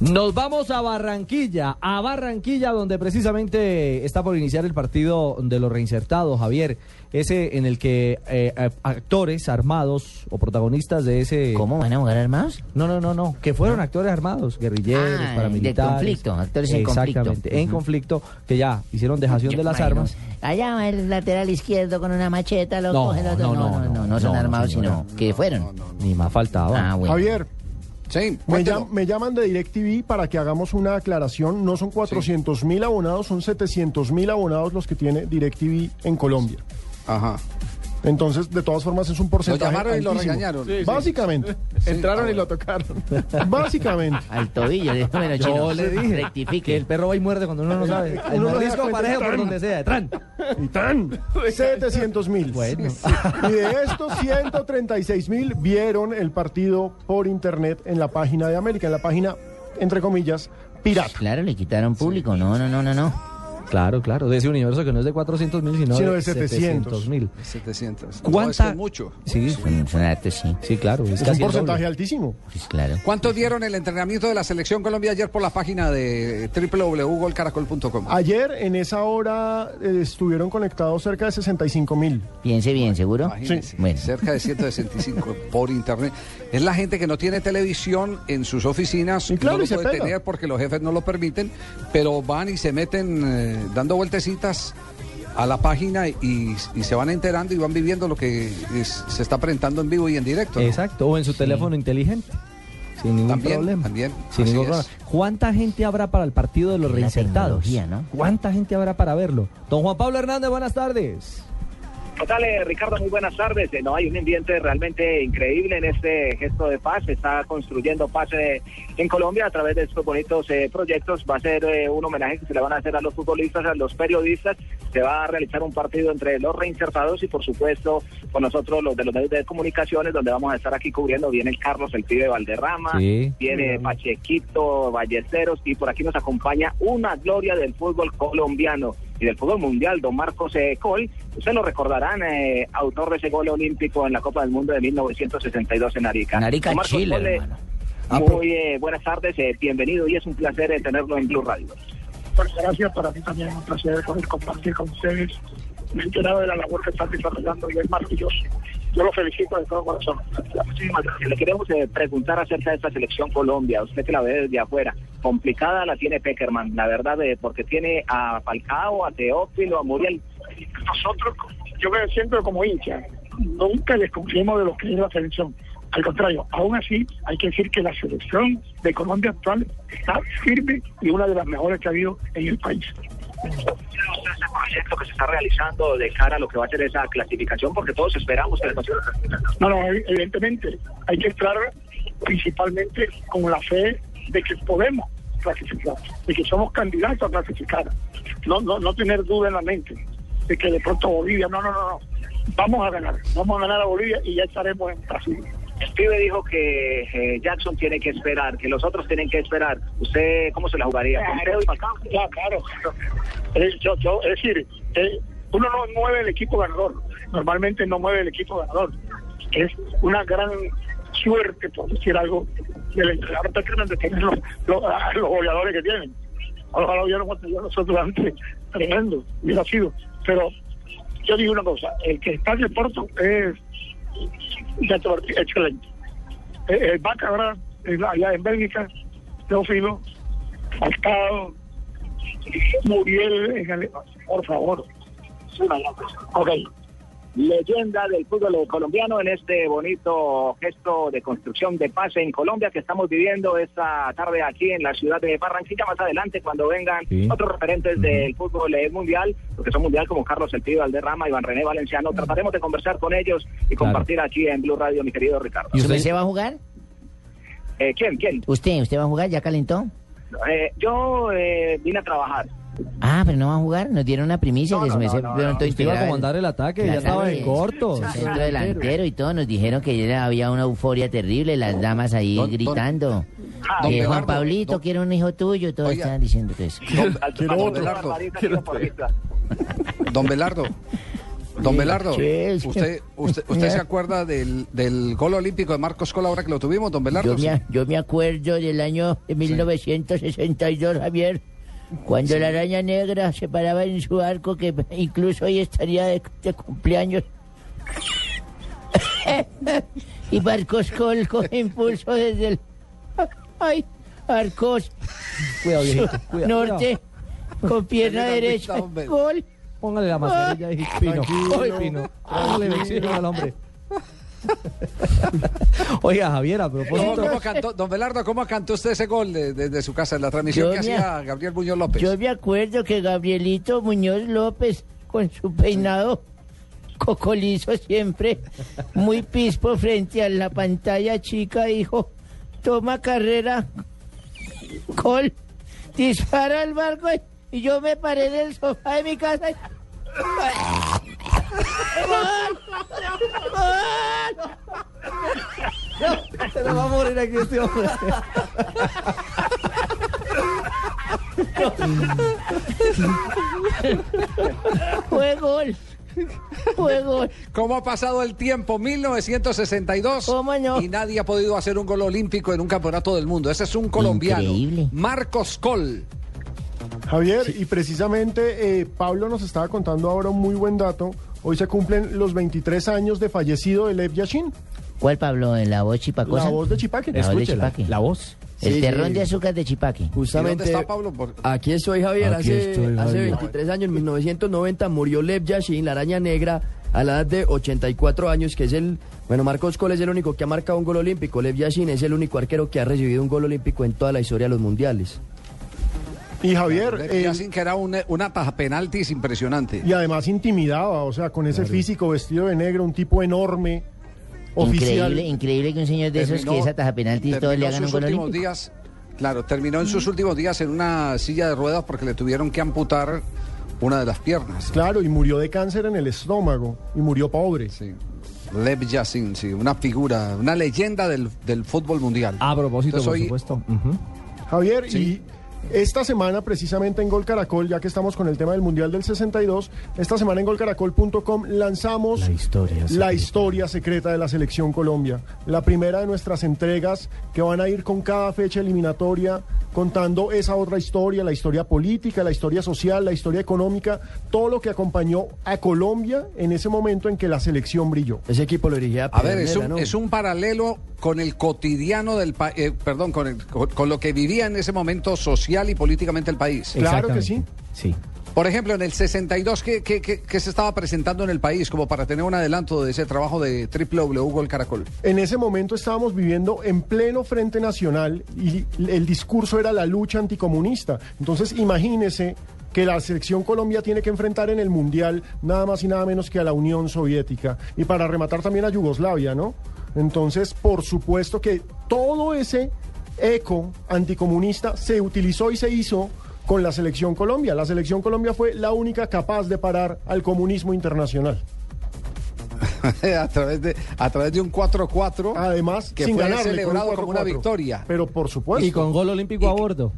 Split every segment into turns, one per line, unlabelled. Nos vamos a Barranquilla, a Barranquilla donde precisamente está por iniciar el partido de los reinsertados, Javier, ese en el que eh, a- actores armados o protagonistas de ese...
¿Cómo van a jugar armados?
No, no, no, no, que fueron actores armados, guerrilleros,
Ah, de
paramilitares.
conflicto, actores en conflicto.
Exactamente, en
Ujú.
conflicto, que ya hicieron dejación
Yo
de las
imagino.
armas.
Allá va el lateral izquierdo con una macheta, lo
No,
coge,
no,
lo no, no,
no,
no, no,
no,
son
no,
armados,
señora.
sino que fueron.
Ni más faltaba.
Ah, bueno.
Javier,
Sí,
me,
cuéntelo.
llam- me llaman de DirecTV para que hagamos una aclaración. No son 400 mil abonados, son 700 mil abonados los que tiene DirecTV en Colombia.
Ajá.
Entonces, de todas formas, es un
Lo
porcentaje.
llamaron y lo
altísimo.
regañaron.
Básicamente,
Entraron y lo
tocaron.
básicamente.
Al tobillo, de bueno,
Yo
chino,
le dije que
Rectifique.
el perro va y muerde cuando uno no sabe. El
Uno no se da
mordisco
cuenta,
pareja por
tran.
donde sea, tran.
Y tan, 700 mil.
Bueno.
Y de estos 136 mil vieron el partido por internet en la página de América, en la página, entre comillas, pirata.
Claro, le quitaron público. No, no, no, no, no.
Claro, claro, de ese universo que no es de 400 mil, sino,
Sino
de
de 700
mil.
700. No, es que
¿Cuánta?
es mucho.
Sí,
Son, son hartos, sí.
sí, claro. Es,
Es un
casi el
porcentaje
doble.
altísimo.
Pues claro.
¿Cuánto dieron el entrenamiento de la selección Colombia ayer por la página de www.golcaracol.com?
Ayer en esa hora eh, estuvieron conectados cerca de 65 mil.
Piense bien, ¿seguro?
Imagínense,
Bueno.
cerca de 165 por internet. Es la gente que no tiene televisión en sus oficinas,
Y claro,
no lo
y se
puede
pega.
tener porque los jefes no lo permiten, pero van y se meten eh, dando vueltecitas a la página y, y se van enterando y van viviendo lo que es- se está presentando en vivo y en directo. ¿no?
Exacto, o en su teléfono inteligente. Sin ningún
También,
problema.
también,
Sin
así
ningún
es.
problema. ¿Cuánta gente habrá para el partido de los
La
reinsertados?
tecnología, ¿no?
¿Cuánta gente habrá para verlo? Don Juan Pablo Hernández, buenas tardes.
¿Qué tal, eh, Ricardo? Muy buenas tardes. Eh, No, hay un ambiente realmente increíble en este gesto de paz. Se está construyendo paz eh, en Colombia a través de estos bonitos eh, proyectos. Va a ser eh, un homenaje que se le van a hacer a los futbolistas, a los periodistas. Se va a realizar un partido entre los reinsertados y, por supuesto, con nosotros los de los medios de comunicaciones, donde vamos a estar aquí cubriendo. Viene el Carlos, el pibe Valderrama,
Sí.
viene Pachequito, Ballesteros y por aquí nos acompaña una gloria del fútbol colombiano y del fútbol mundial, don Marcos eh, Col. Ustedes lo recordarán, eh, autor de ese gol olímpico en la Copa del Mundo de 1962 en Arica.
En Arica,
Don Marcos
Chile,
Col, eh,
hermano.
Ah, pues.
Muy eh, buenas tardes, eh, bienvenido y es un placer eh, tenerlo en Blue Radio.
Pues gracias, para mí también es un placer poder compartir con ustedes. Me he enterado de la labor que están desarrollando y es maravilloso. Yo lo felicito de todo corazón. Muchísimas gracias.
Le queremos eh, preguntar acerca de esta selección Colombia, usted que la ve desde afuera. Complicada la tiene Peckerman, la verdad, eh, porque tiene a Falcao, a Teófilo, a Muriel.
Nosotros, yo me siento como hincha, nunca desconfiemos de lo que es la selección. Al contrario, aún así hay que decir que la selección de Colombia actual está firme y una de las mejores que ha habido en el país.
ese proyecto que se está realizando de cara a lo que va a ser esa clasificación, porque todos esperamos que la
No, no, ev- evidentemente hay que entrar principalmente con la fe de que podemos clasificar, de que somos candidatos a clasificar. No, no, no tener duda en la mente de que de pronto Bolivia, no, no, no, no. Vamos a ganar, vamos a ganar a Bolivia y ya estaremos en Brasil.
El pibe dijo que eh, Jackson tiene que esperar, que los otros tienen que esperar. ¿Usted cómo se la jugaría?
Ah,
¿Con Teo y Falcao?
Ya, claro. Eh, yo- yo- es decir, eh, uno no mueve el equipo ganador. Normalmente no mueve el equipo ganador. Es una gran suerte, por decir algo, del entrenador Peckerman de tener los, los, a los goleadores que tienen. Ojalá hubiéramos tenido nosotros antes. Tremendo, hubiera sido. Pero yo digo una cosa: el que está en el Porto es excelente. Eh, El Vaca ahora, en- allá en Bélgica, Teófilo, Falcao, Muriel en Ale- por favor.
Ok. Leyenda del fútbol colombiano en este bonito gesto de construcción de paz en Colombia que estamos viviendo esta tarde aquí en la ciudad de Barranquilla. Más adelante, cuando vengan
Sí.
otros referentes del fútbol eh, mundial, porque son mundial como Carlos El Pío Valderrama, Iván René Valenciano, trataremos de conversar con ellos y compartir aquí en Blue Radio, mi querido Ricardo.
¿Y
¿Usted
usted?
se va a jugar?
Eh, ¿Quién? ¿Quién?
¿Usted? ¿Usted va a jugar? ¿Ya calentó?
Eh, yo eh, vine a trabajar.
Ah, pero no va a jugar. Nos dieron una primicia que se me se pronto
Usted iba a
integral.
comandar el ataque, ya
Claro,
estaba en
es-
corto.
el Centro delantero y todo. Nos dijeron que ayer había una euforia terrible. Las damas ahí
Don- don-
gritando.
don
que Juan
Bernardo,
Pablito
don-
quiere un hijo tuyo. y Todos
Oiga.
estaban diciendo eso.
Don,
Al-
don
al-
Belardo,
Barbarita, tío, por vista.
don Belardo, Don Belardo,
Sí, es que-
¿usted, usted, usted se acuerda del, del gol olímpico de Marcos Cola ahora que lo tuvimos, don Belardo?
Yo me, a- yo me acuerdo del año de 1962, Javier, cuando la araña negra se paraba en su arco, que incluso hoy estaría de, de cumpleaños. y Marcos Col coge impulso desde el. ¡Ay! Arcos
Cuidado, viejito. Cuidado.
norte, con pierna
Señora,
derecha.
ahorita, hombre.
¡Gol!
cuidado. Póngale la mascarilla ahí, Pino. Ay, Pino. Póngale oxígeno al hombre. Oiga, Javier, a
¿Cómo,
propósito.
cómo cantó, don Belardo, ¿cómo cantó usted ese gol de- desde su casa en la transmisión
Yo
que
me-
hacía Gabriel Muñoz López?
Yo me acuerdo que Gabrielito Muñoz López, con su peinado cocolizo siempre, muy pispo frente a la pantalla chica, dijo, toma carrera, col, dispara al barco y yo me paré en el sofá de mi casa. y- ¡Gol! ¡Gol!
Se nos va a morir aquí este hombre.
Fue gol. Fue gol.
¿Cómo ha pasado el tiempo? 1962.
¿Cómo no?
Y nadie ha podido hacer un gol olímpico en un campeonato del mundo. Ese es un colombiano.
Increíble.
Marcos Col.
Javier, y precisamente eh, Pablo nos estaba contando ahora un muy buen dato. Hoy se cumplen los 23 años de fallecido de Lev Yashin,
¿Cuál, Pablo? ¿En la voz chipacosa?
la voz de Chipaque.
La voz de Chipaque.
La voz.
El
Sí,
terrón
sí.
de azúcar de Chipaque.
Justamente.
¿Y dónde está Pablo? Por-
Aquí estoy, Javier.
Aquí
hace,
estoy,
hace
Javier.
23 años, en 1990, murió Lev Yashin, la araña negra, a la edad de 84 años, que es el. Bueno, Marcos Cole es el único que ha marcado un gol olímpico. Lev Yashin es el único arquero que ha recibido un gol olímpico en toda la historia de los mundiales.
Y Javier, eh,
Yacin, que era una, una taja penaltis impresionante.
y además intimidaba, o sea, con ese físico vestido de negro, un tipo enorme, oficial.
Increíble, increíble que un señor de esos
Terminó-
que esa taja penalti y todo le
terminó
hagan un
sus
gol
últimos
olímpico.
días, claro, terminó en sus últimos días en una silla de ruedas porque le tuvieron que amputar una de las piernas.
Claro, y murió de cáncer en el estómago, y murió pobre.
Sí. Lev Yassin, sí, una figura, una leyenda del, del fútbol mundial.
Ah, A propósito,
Entonces,
por
hoy-
supuesto. Ujú.
Javier,
Sí.
y esta semana precisamente en Gol Caracol, ya que estamos con el tema del Mundial del 62, esta semana en golcaracol.com lanzamos
La historia secreta.
la historia secreta de la selección Colombia. La primera de nuestras entregas que van a ir con cada fecha eliminatoria contando esa otra historia, la historia política, la historia social, la historia económica, todo lo que acompañó a Colombia en ese momento en que la selección brilló.
Ese equipo lo dirigía
A ver, es
Pedernera,
un,
¿no?
es un paralelo con el cotidiano del país, perdón, con, el- con- con lo que vivía en ese momento social y políticamente el país.
Claro que
Exactamente.
sí.
Sí.
Por ejemplo, en el 62, ¿qué, qué, qué- qué se estaba presentando en el país como para tener un adelanto de ese trabajo de W Gol Caracol?
En ese momento estábamos viviendo en pleno Frente Nacional y el discurso era la lucha anticomunista. Entonces, imagínese que la selección Colombia tiene que enfrentar en el Mundial nada más y nada menos que a la Unión Soviética y para rematar también a Yugoslavia, ¿no? Entonces, por supuesto que todo ese eco anticomunista se utilizó y se hizo con la selección Colombia. La selección Colombia fue la única capaz de parar al comunismo internacional.
a, través de, a través de un 4-4.
Además,
que
sin
fue
ganarle, con un
celebrado como una
4-4.
victoria.
Pero por supuesto.
Y con gol olímpico a bordo.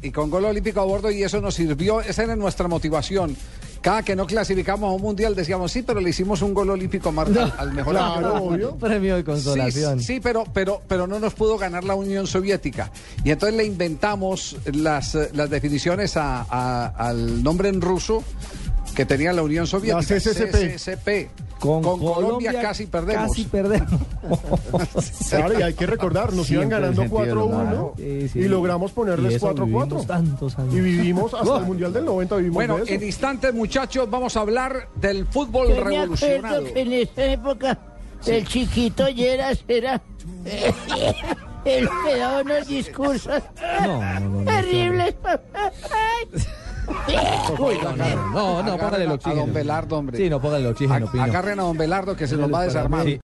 y con gol olímpico a bordo y eso nos sirvió, esa era nuestra motivación. Cada que no clasificamos a un mundial decíamos, sí, pero le hicimos un gol olímpico a Mar- al, al mejor
Claro,
arquero".
obvio.
Premio de consolación.
Sí, sí, pero, pero, pero no nos pudo ganar la Unión Soviética. Y entonces le inventamos las, eh, las definiciones a- a- al nombre en ruso que tenía la Unión Soviética.
La CCCP.
CCCP. Con, Colombia, casi perdemos.
Casi perdemos.
Claro, y hay que recordar, nos iban
Siempre el
ganando
sentido del humor.
4-1
Sí, sí.
y logramos
Y
ponerles
eso vivimos
4-4.
tantos años.
Y vivimos hasta el Mundial del 90, vivimos
Bueno,
de eso.
en instantes, muchachos, vamos a hablar del fútbol
Yo me
revolucionado.
acuerdo que en esa época el chiquito Lleras era el que daba unos discursos
No, no, no, no,
terribles. Ay.
No, no,
Agarren
póngale el
a-
oxígeno.
A don Belardo, hombre.
Sí, no, póngale el oxígeno,
A-
Pino.
Agarren a don Belardo que se nos va a desarmar.
Sí,